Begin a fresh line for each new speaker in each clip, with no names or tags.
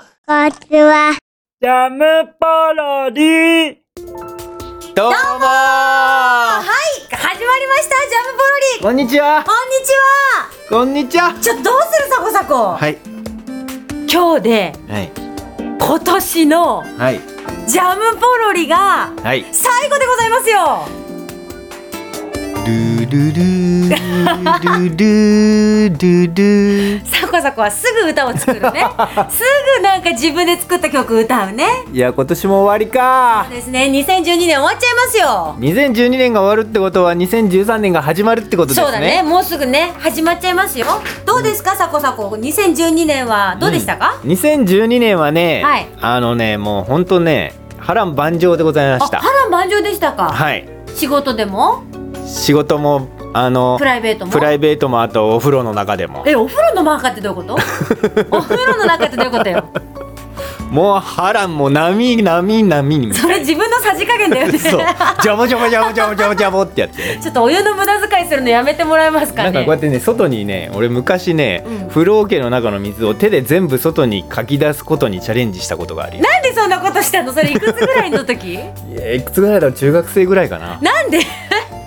ちは。
ジャムパロディ
どうも
はい始まりましたジャムポロリ
こんにちは
こんにちは
こんにちは
ちょっとどうするサコサコ、
はい
今日で
はい
今年の
はい
ジャムポロリが
はい
最後でございますよ
ルルルルルルル
サコサコはすぐ歌を作る ねすぐなんか自分で作った曲歌うね
いや今年も終わり
そ
か
うですね2012年終わっちゃいますよ
2012年が終わるってことは2013年が始まるってことですね
そうだねもうすぐね始まっちゃいますよどうですかサコサコ2012年はどうでしたか、
2012年はね、
はい
あのねもうほんとね波乱万丈でございま
あ
した
波乱万丈でしたか、
はい
仕事でも
仕事もあの
プライベートも
プライベートもあとお風呂の中でも
えお風呂の中って どういうことお風呂の中ってどういうことよ
もう波乱も波波波に
それ自分のさじ加減だよね
そうジャボジャボジャボジャボジャボジャボってやってね
ちょっとお湯の無駄遣いするのやめてもらえます
な
か
んか
ね
こうやってね外にね俺昔ね、
うん
風呂桶の中の水を手で全部外にかき出すことにチャレンジしたことがあり
なんでそんなことしたのそれいくつぐらいの時
いやいくつぐらいだろう中学生ぐらいかな
な んで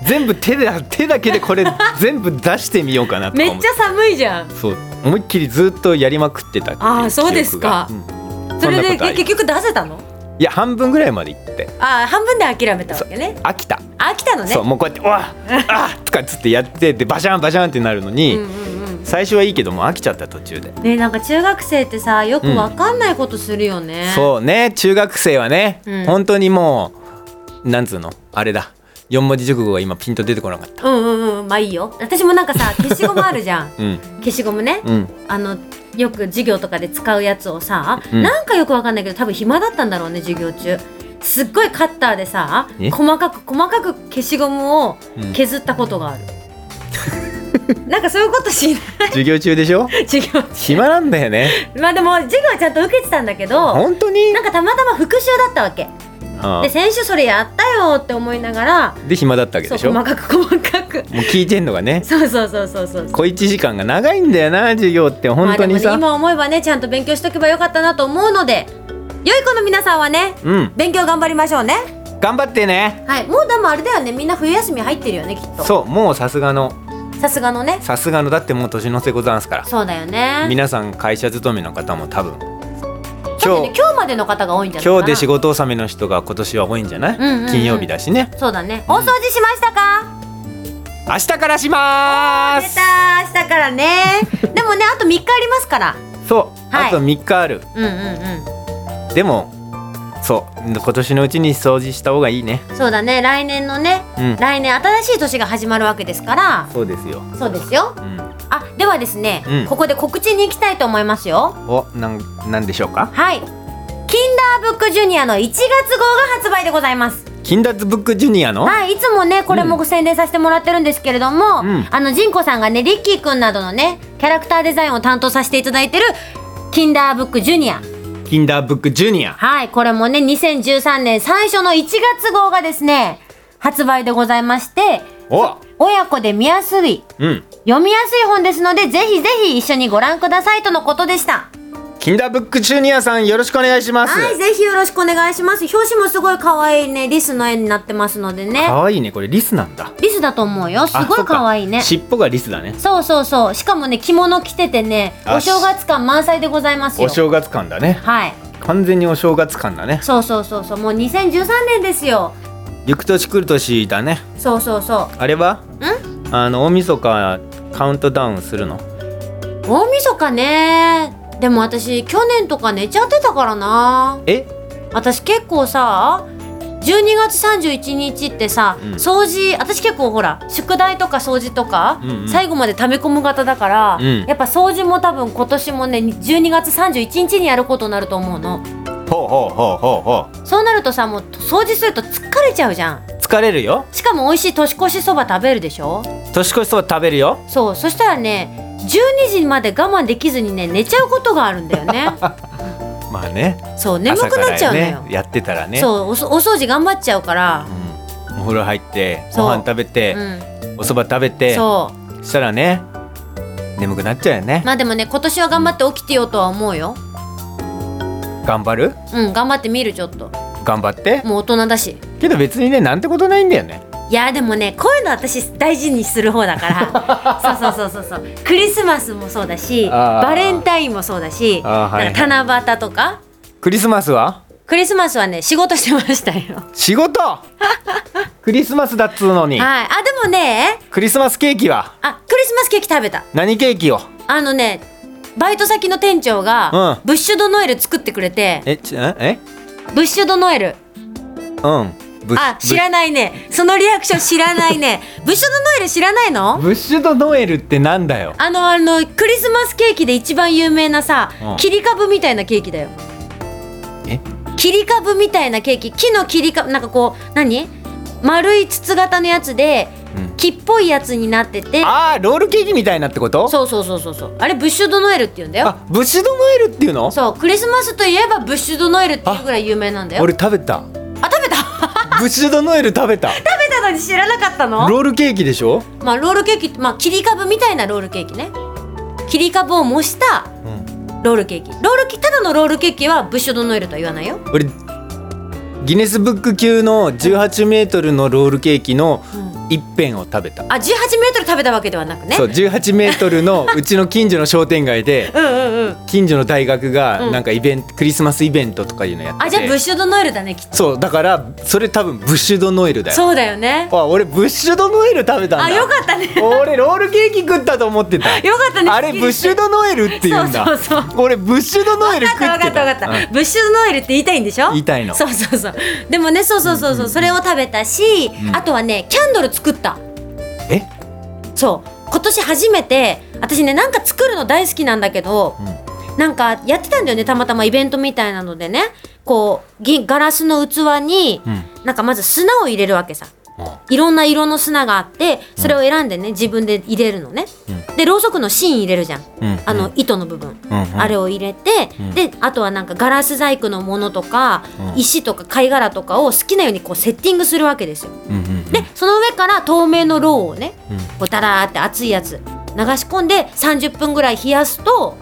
全部手で手だけでこれ全部出してみようかなとか
め
思
っちゃ寒いじゃん
そう思いっきりずっとやりまくってたってい
あーそうですか
記憶がうん
それ
んな
で
ことあり
結局出せたの
いや半分ぐらいまで行って
あー半分で諦めたわけね
飽きた
飽きたのね
そうもうこうやって「うわあっ!」とかっつってやってでバシャンバシャンってなるのに、
うんうんうん
最初はいいけどもう飽きちゃった途中で、
ねなんか中学生ってさよくわかんないことするよね、
そうね中学生はね、
うん
本当にもうなんつうのあれだ四文字熟語が今ピンと出てこなかった
うんうんうんまあいいよ私もなんかさ消しゴムあるじゃん
うん
消しゴムね、
うん
あのよく授業とかで使うやつをさ、
うん
なんかよくわかんないけど多分暇だったんだろうね授業中すっごいカッターでさ
え
細かく細かく消しゴムを
うん
削ったことがある、なんかそういうことしない
授業中でしょ
授業中
暇なんだよね
まあでも授業ちゃんと受けてたんだけど
本当に
なんかたまたま復習だったわけ
ああ
で先週それやったよって思いながら
で暇だったわけ
そ
で
う
しょも
細
う
かく細かく
聞いてんのがね
そうそうそうそうそう
小一時間が長いんだよな授業って本当に
まあ
さ、
でもね、今思えばねちゃんと勉強しとけばよかったなと思うので良い子の皆さんはね
うん
勉強頑張りましょうね
頑張ってね
はいもうでもあれだよねみんな冬休み入ってるよねきっと
そうもうさすがの
さすがのね
さすがのだってもう年の瀬ござんすから
そうだよね
皆さん会社勤めの方も多分
今日,、
今日
今日までの方が多いんじゃないかな
今日で仕事納めの人が今年は多いんじゃない、
んうんうん
金曜日だしね
そうだねお掃除しましたか
明日からしま
出
す
た明日からね でもねあと3日ありますから
そう、
はい
あと3日ある
うんうん
でもそう今年のうちに掃除した方がいいね
うんそうだね来年のね、
うん
来年新しい年が始まるわけですから
そうですよ、
そうですよ
うん、
あではですね、
うん
ここで告知に行きたいと思いますよ
おなんなんでしょうか
はい。キンダーブックジュニアの1月号が発売でございます。
金達ブックジュニアの、
はい、いつもね、これも宣伝させてもらってるんですけれども、
うん
あの、ジンコさんがね、リッキーくんなどのね、キャラクターデザインを担当させていただいてる、キンダーブックジュニア。
キンダーブックジュニア
はい、これもね、2013年最初の1月号がですね、発売でございまして、
お
親子で見やすい、
うん
読みやすい本ですので、ぜひぜひ一緒にご覧くださいとのことでした。
キンダーブックジュニアさんよろしくお願いします
はい、ぜひよろしくお願いします。表紙もすごい可愛いね、リスの絵になってますので
か
ね。
わいいねこれリスなんだ
リスだと思うよ。す
あ
ご
そ
い
っか
可愛いね。
尻尾がリスだね
そうそうそう。しかもね、着物着ててね、
あ
お正月感満載でございます
お
よ。
正月感だね
はい。
完全にお正月感だね
そうそうそうそう。もう2013年ですよ。
行く年来る年だね
そうそうそう。
あれはあの大晦日カウントダウンするの
大晦日ね。でも私、去年とか寝ちゃってたからな。
え
私結構さ、12月31日ってさ、
うん
掃除私結構ほら宿題とか掃除とか、
うんうん
最後まで溜め込む型だから、
うん
やっぱ掃除も多分今年もね12月31日にやることになると思うの
ほうほうほうほうほう
そうなるとさもう掃除すると疲れちゃうじゃん
疲れるよ
しかも美味しい年越しそば食べるでしょ
年越しそば食べるよ
そうそしたらね12時まで我慢できずにね寝ちゃうことがあるんだよ ね
まあね
そう眠くなっちゃう
朝
のよ
から、ねやってたらね
そうおそお掃除頑張っちゃうから
う、ん、お風呂入って
そう
ご飯食べて
う、ん、
おそば食べてそ
そう
したらね眠くなっちゃうよね、
まあでもね今年は頑張って起きてようとは思うよ
頑張る
うん頑張ってみるちょっと
頑張って
もう大人だし
けど別にねなんてことないんだよね
いやでもねこういうの私大事にする方だか らそうそうそうそうそうクリスマスもそうだし
あー
バレンタインもそうだし、
あーはい
なんか七夕とか
クリスマスは
クリスマスはね仕事してましたよはい
仕事 クリスマスだっつうのに
あでもね
クリスマスケーキは
あクリスマスケーキ食べた
何ケーキを
あのねバイト先の店長が、
うん
ブッシュドノエル作ってくれて
えちええ
ブッシュドノエル
うんブッ
あ
ブッ
知らないねそのリアクション知らない ねブッシュドノエル知らないの
ブッシュとノエルってなんだよ
あのあのクリスマスケーキで一番有名なさ、
うん
切り株みたいなケーキだよ
え
切り株みたいなケーキ木の切り株なんかこう何丸い筒型のやつで、
うん
木っぽいやつになってて
あーロールケーキみたいなってこと
そうそうそうそうそうあれブッシュドノエルって言うんだよ
あブッシュドノエルっていうの
そうクリスマスといえばブッシュドノエルっていうぐらい有名なんだよ
俺食べた
あ食べた 食
ブッシュドノエル食べ た
べたのに知らなかったの
ロールケーキでしょ
まあロールケーキってまあ切り株みたいなロールケーキね切り株を模した
うん
ロールケーキロールキただのロールケーキはブッシュドノエルとは言わないよ
俺ギネスブック級の18メートルのロールケーキの
うん
一辺を食べた
あ18メートル食べたわけではなくね
そう18メートルのうちの近所の商店街 で
うんうんうん
近所の大学
う
が
ん
なんかイベント、クリスマスイベントとかいうのやってて
あじゃあブッシュドノエルだねきっと
そうだからそれ多分ブッシュドノエルだよ
そうだよね
あ俺ブッシュドノエル食べたんだ
あよかったね
俺ロールケーキ食ったと思ってた
よかったね
あれブッシュドノエルって言うんだ
そうそうそう
俺ブッシュドノエル
分
食
か
っ
ってた
た
分かった分かった、
うん
ブッシュドノエルって言いたいんでしょ
言いたいの
そうそうそうでもねそうそうそうそう、それを食べたし、
ん
あとはねキャンドル作った
え
そう今年初めて私ねなんか作るの大好きなんだけど、なんかやってたんだよねたまたまイベントみたいなのでねこうぎガラスの器に、
う
なんかまず砂を入れるわけさ
う
いろんな色の砂があってそれを選んでね自分で入れるのね、
う
でろうそくの芯入れるじゃん、
うん
あの糸の部分、
うんうん
あれを入れて、
ん
であとはなんかガラス細工のものとか、
うん
石とか貝殻とかを好きなようにこうセッティングするわけですよ
うんうんうん
でその上から透明のろうをね、
うん
こうダラーって熱いやつ流し込んで30分ぐらい冷やすと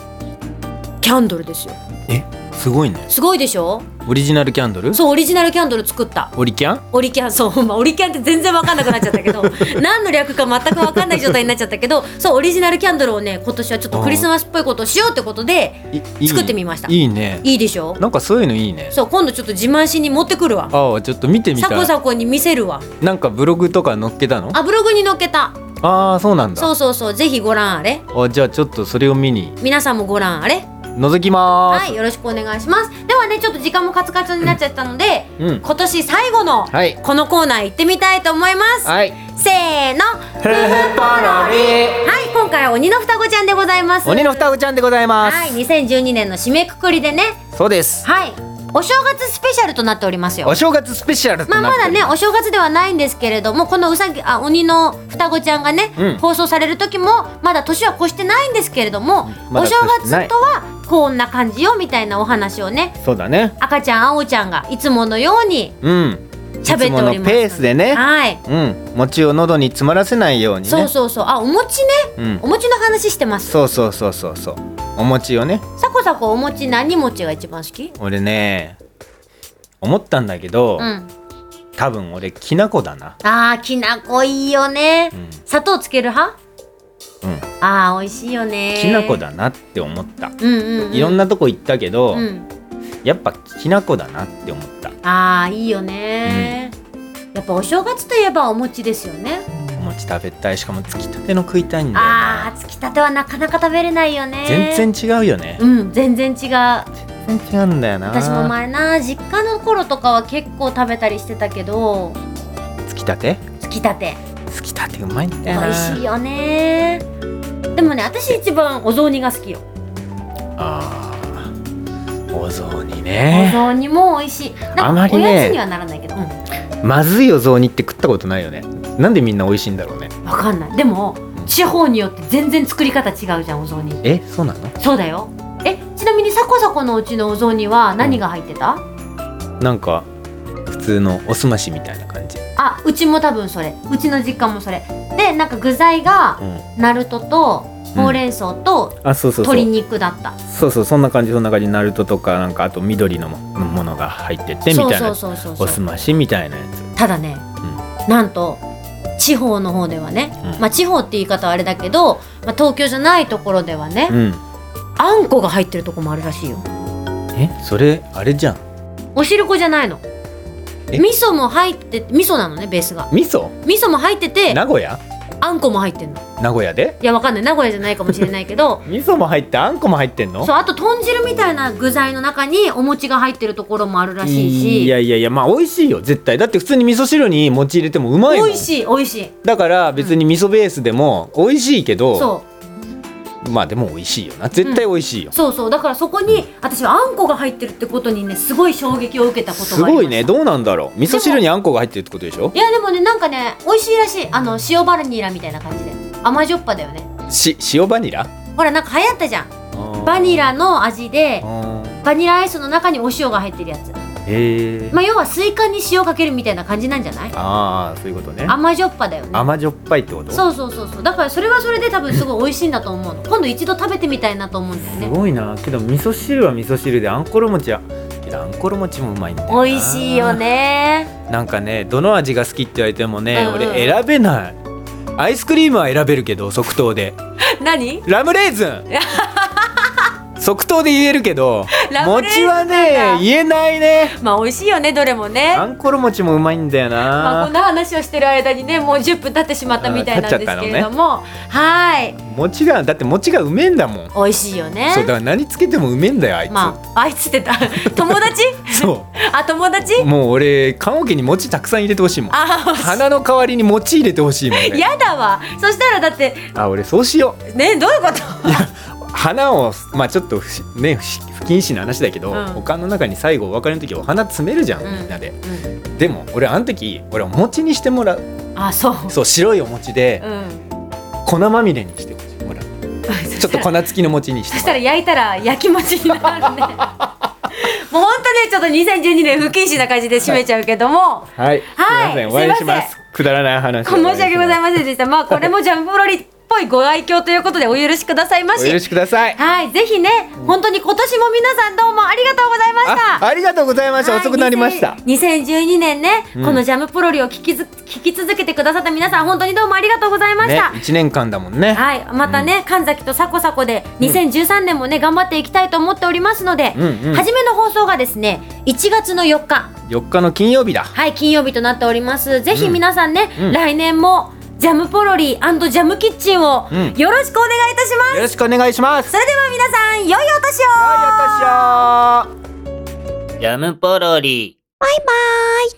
キャンドルですよ
えすごいね
すごいでしょ
オリジナルキャンドル
そうオリジナルキャンドル作った
オリキャン
オリキャンそう、まあ、オリキャンって全然分かんなくなっちゃっ たけど何の略か全く分かんない状態になっちゃったけどそうオリジナルキャンドルをね今年はちょっとクリスマスっぽいことをしようってことで
いいい
作ってみました
いいね
いいでしょ
なんかそういうのいいね
そう今度ちょっと自慢しに持ってくるわ
ああちょっと見てみ
サ
た
コ
い
サコに見せるわ
なんかブログとか載っけたの
あブログに載っけた
ああそうなんだ
そうそうそうぜひご覧あれ
あじゃあちょっとそれを見に
皆さんもご覧あれ
覗きまー
は
す
いよろしくお願いしますではねちょっと時間もカツカツになっちゃったので、
うん
今年最後の
はい
このコーナー行ってみたいと思います、
はい
せーの
ふふぽろり
はい今回は鬼の双子ちゃんでございます
鬼の双子ちゃんでございます、
はい2012年の締めくくりでね
そうです
はいお正月スペシャルとなっておりますよ
お正月スペシャルと
まあ
なっ
ま
て
だ
おり
ねお正月ではないんですけれどもこのうさぎあ鬼の双子ちゃんがね、
うん
放送される時もまだ年は越してないんですけれども、
うんま
お
だ
正
越してない
月とはこんな感じよみたいなお話をね
そうだね
赤ちゃん青ちゃんがいつものように
うん
喋っております
いつものペースでね
はい
うん餅を喉に詰まらせないようにね
そうそうそうあお餅ね
うん
お餅の話してます
そうそうそうそうそうお餅をね
さこさこお餅何餅が一番好き
俺ね思ったんだけど、
うん
多分俺きなこだな
あーきなこいいよね、
うん
砂糖つける派
うん
あー美味しいよね
きなこだなって思った、
うんうん、うん、
いろんなとこ行ったけど、
うん
やっぱきなこだなって思った
ああいいよね、やっぱお正月といえばお餅ですよね、
お餅食べたいしかもつきたての食いたいんだよ
あ
な
あつきたてはなかなか食べれないよね
全然違うよね
うん全然違う
全然違うんだよな
私も前な実家の頃とかは結構食べたりしてたけど
つきたて
つきたて
つきたてうまいんだ
美
よな
味しいよねでもね私一番お雑煮が好きよ、
あーお雑煮
お
ね
雑煮も美味しいなんか
あまりね
おやつにはならないけど、うん、
まずいお雑煮って食ったことないよねなんでみんな美味しいんだろうね
わかんないでも地方によって全然作り方違うじゃんお雑煮
えそうなの
そうだよえちなみにサコサコのうちのお雑煮は何が入ってた、
なんか普通のおすましみたいな感じ
あうちも多分それうちの実家もそれでなんか具材が
うん
ナルトとほうれん草と
あそうそうそう
鶏肉だった、
そうそうそんな感じそんな感じナルトとかなんかあと緑のもものが入っててみ
そう
たい
そう
な
そうそうそ
お
う
すましみたいなやつ
ただね、なんと地方の方ではね、
うん
まあ地方って言い方はあれだけど、まあ、東京じゃないところではね、
うん
あんこが入ってるとこもあるらしいよ
えそれあれじゃん
お汁粉じゃないの
え
味噌も入って味噌なのねベースが
味噌
味噌も入ってて
名古屋
あんこも入ってんの
名古屋で
いやわかんない名古屋じゃないかもしれないけ ど
味噌も入ってあんこも入ってんの
そうあと豚汁みたいな具材の中にお餅が入ってるところもあるらしいし
いやいやいやまあ美味しいよ絶対だって普通に味噌汁に餅入れてもうまいもん
美味しい美味しい
だから別に味噌ベースでも美味しいけど、
そう
まあでも美味しいよな絶対美味しいよ、
そうそうだからそこに私はあんこが入ってるってことにねすごい衝撃を受けたこと
す
がありま
ご
した
いねどうなんだろう味噌汁にあんこが入ってるってことでしょ
いやでもねなんかね美味しいらしいあの塩バニラみたいな感じで甘じょっぱだよね
し塩バニラ
ほらなんか流行ったじゃんバニラの味で
あー
バニラアイスの中にお塩が入ってるやつ
へえ、
まあ要はスイカに塩かけるみたいな感じなんじゃない
ああそういうことね
甘じょっぱだよね
甘じょっぱいってこと
そうそうそうそうだからそれはそれで多分すごい美味しいんだと思うの今度一度食べてみたいなと思うんだよ
す
ね
ごいなけど味噌汁は味噌汁であんころ餅はけどあんころ餅もうまいんだよな
美味しいよね
なんかねどの味が好きって言われてもね、
うんうん
俺選べないアイスクリームは選べるけど即答で
何
ラムレーズ ン即答で言えるけど
ラムレーズ
餅
ンな
は
んだ
ね言えないね
まあ美味しいよねどれもね
あんころ餅もうまいんだよな、
まあ、こんな話をしてる間にねもう10分経ってしまったみたいなんですけれども、はい
餅がだって餅がうめえんだもん
美味しいよね
そうだから何つけてもうめえんだよあいつ、
まああいつってた 友達
そ
あ友達
うもう俺棺桶に餅たくさん入れてほしいもん
あ
花の代わりに餅入れてほしいもんね
やだわそしたらだって
あ俺そうしよう
ねどういうこと
花をまあちょっとふしねふし不謹慎な話だけど、
うん
お棺の中に最後お別れの時お花詰めるじゃん、みんなで
うん
でも俺あの時俺お餅にしてもらう
あそう
そう白いお餅で
うん
粉まみれにしてもらうちょっと粉付きの餅にし
そ
て
し
も
た
ら
ら
う
焼いたら焼き餅に なるねもうほんとねちょっと2012年不謹慎な感じで締めちゃうけども、
はい、
はい
すいません終わりします
い
くだらない話を
申
終
し
わり
訳ござい
ま
ませんでしたまあこれもジャンプロリっぽいご愛嬌ということでお許しくださいまし
お許しください
はい、ぜひね、本当に今年も皆さんどうもありがとうございました。
あありがとうございました
はい
遅くなりました
2000 2012年ね、
うん
このジャムポロリを聞きず聞き続けてくださった皆さん本当にどうもありがとうございまし
ね
た。
一年間だもんね
はい、またね、神崎とサコサコで2013年もね、頑張っていきたいと思っておりますので、
うんうん
初めの放送がですね、1月の4日、
四日の金曜日だ
はい、金曜日となっております。ぜひ
うん
皆さんね、
うん
来年もジャムポロリジャムキッチンを
うん
よろしくお願いいたします。
よろしくお願いします
それでは皆さん、良いお年を
はいお年を
ジャムポロリ。
バイバイ